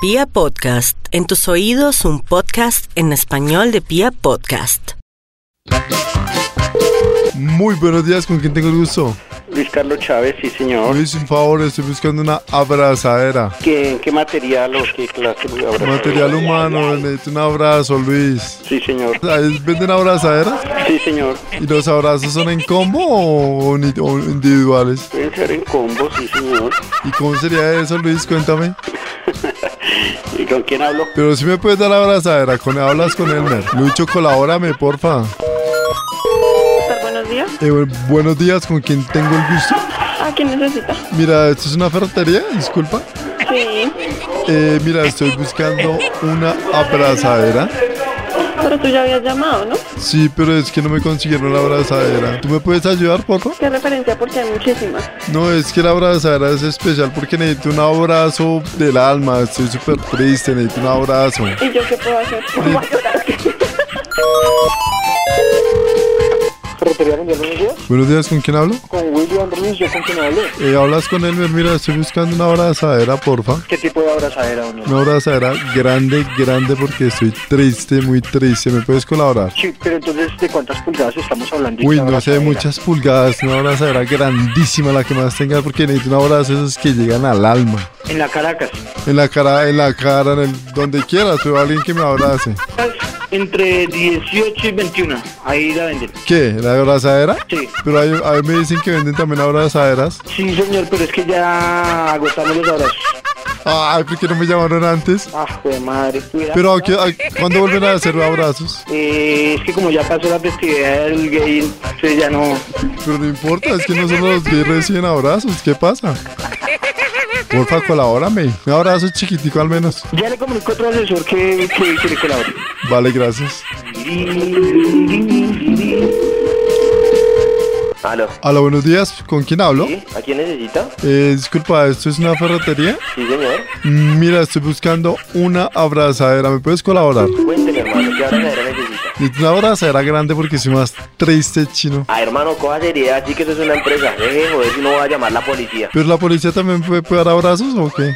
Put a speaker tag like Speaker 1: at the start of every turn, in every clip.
Speaker 1: Pia Podcast, en tus oídos un podcast en español de Pia Podcast.
Speaker 2: Muy buenos días, ¿con quién tengo el gusto?
Speaker 3: Luis Carlos Chávez, sí señor.
Speaker 2: Luis, un favor, estoy buscando una abrazadera.
Speaker 3: ¿Qué, qué material o qué clase de abrazo?
Speaker 2: Material humano, necesito un abrazo, Luis.
Speaker 3: Sí señor.
Speaker 2: Ahí ¿Venden abrazaderas?
Speaker 3: Sí señor.
Speaker 2: ¿Y los abrazos son en combo o, ni- o individuales?
Speaker 3: Pueden ser en combo, sí señor.
Speaker 2: ¿Y cómo sería eso, Luis? Cuéntame.
Speaker 3: ¿Y con quién hablo?
Speaker 2: Pero si me puedes dar abrazadera, con, hablas con Elmer. Lucho, colabórame, porfa.
Speaker 4: Pues, Buenos días.
Speaker 2: Eh, bu- buenos días, ¿con quién tengo el gusto?
Speaker 4: ¿A quién necesita?
Speaker 2: Mira, esto es una ferretería, disculpa.
Speaker 4: Sí.
Speaker 2: Eh, mira, estoy buscando una abrazadera.
Speaker 4: Pero tú ya habías llamado, ¿no?
Speaker 2: Sí, pero es que no me consiguieron la abrazadera. ¿Tú me puedes ayudar, porfa?
Speaker 4: ¿Qué referencia? Porque hay muchísimas.
Speaker 2: No, es que la abrazadera es especial porque necesito un abrazo del alma. Estoy súper triste, necesito un abrazo.
Speaker 4: ¿Y yo qué puedo hacer? Voy a llorar.
Speaker 3: ¿Ferretería Mundial Buenos Días?
Speaker 2: Buenos días, ¿con quién hablo?
Speaker 3: Con William Ruiz, ¿yo con quién hablo?
Speaker 2: Eh, Hablas con él, mira, estoy buscando una abrazadera, porfa.
Speaker 3: ¿Qué tipo de abrazadera, don Luis?
Speaker 2: Una abrazadera grande, grande porque estoy triste, muy triste. ¿Me puedes colaborar?
Speaker 3: Sí, pero entonces, ¿de cuántas pulgadas estamos hablando?
Speaker 2: Uy, no sé, muchas pulgadas, una abrazadera grandísima, la que más tengas, porque necesito un abrazo de esos que llegan al alma.
Speaker 3: En la Caracas.
Speaker 2: En la cara, en la cara, en el, donde quieras, pero alguien que me abrace.
Speaker 3: Entre 18 y 21. Ahí la venden.
Speaker 2: ¿Qué? ¿La abrazadera?
Speaker 3: Sí.
Speaker 2: Pero ahí, ahí me dicen que venden también abrazaderas.
Speaker 3: Sí, señor, pero es que ya agotamos los abrazos.
Speaker 2: Ay, ¿por qué Ah, no me llamaron antes?
Speaker 3: Ah, joder, madre. Cuidado.
Speaker 2: Pero ¿a qué- a- ¿cuándo vuelven a hacer abrazos?
Speaker 3: Eh, es que como ya pasó la festividad del gay, entonces ya no.
Speaker 2: Pero no importa, es que no solo los gays reciben abrazos, ¿qué pasa? Porfa, colabórame. Un abrazo chiquitico al menos.
Speaker 3: Ya le comunicó otro asesor que, que, que le colabore.
Speaker 2: Vale, gracias.
Speaker 5: Aló,
Speaker 2: Hola, buenos días. ¿Con quién hablo?
Speaker 5: ¿sí? ¿A quién necesita?
Speaker 2: Eh, disculpa, ¿esto es una ferretería?
Speaker 5: Sí, señor.
Speaker 2: Mm, Mira, estoy buscando una abrazadera. ¿Me puedes colaborar?
Speaker 5: Cuénteme, hermano, ¿qué abrazadera necesita?
Speaker 2: Necesito una abrazadera grande porque soy más triste chino.
Speaker 5: Ah, hermano, coja seriedad, sí que eso es una empresa. Deje de joder si no va a llamar la policía.
Speaker 2: ¿Pero la policía también puede, puede dar abrazos o qué?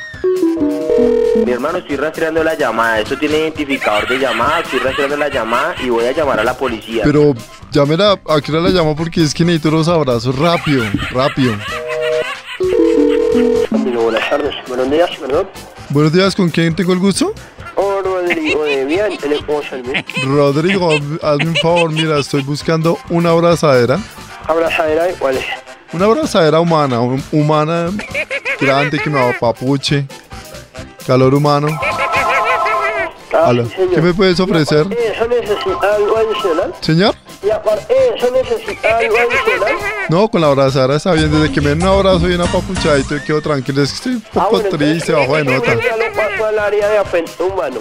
Speaker 5: Mi hermano, estoy rastreando la llamada. Esto tiene identificador de llamada. Estoy rastreando la llamada y voy a llamar a la policía.
Speaker 2: Pero llámela, ¿a qué hora la llamo? Porque es que necesito los abrazos rápido, rápido.
Speaker 5: Buenas tardes, buenos días, perdón.
Speaker 2: Buenos días, ¿con quién tengo el gusto?
Speaker 5: Oh, Rodrigo, de bien, ¿le puedo servir?
Speaker 2: Rodrigo, hazme un favor, mira, estoy buscando una abrazadera.
Speaker 5: ¿Abrazadera igual es?
Speaker 2: Una abrazadera humana, un- humana, grande, que me va papuche, calor humano.
Speaker 5: Ah,
Speaker 2: Aló, ¿Qué me puedes ofrecer?
Speaker 5: ¿Eso necesita Eh, algo adicional?
Speaker 2: ¿Señor?
Speaker 5: Y aparte, ¿eso necesita algo adicional?
Speaker 2: No, con la abrazadera está bien, desde que me den un abrazo y una papuchadita y quedo tranquilo, es que estoy un
Speaker 3: Ah,
Speaker 2: poco
Speaker 5: Ah,
Speaker 2: triste, bajo de nota.
Speaker 5: lo paso al área de afecto humano.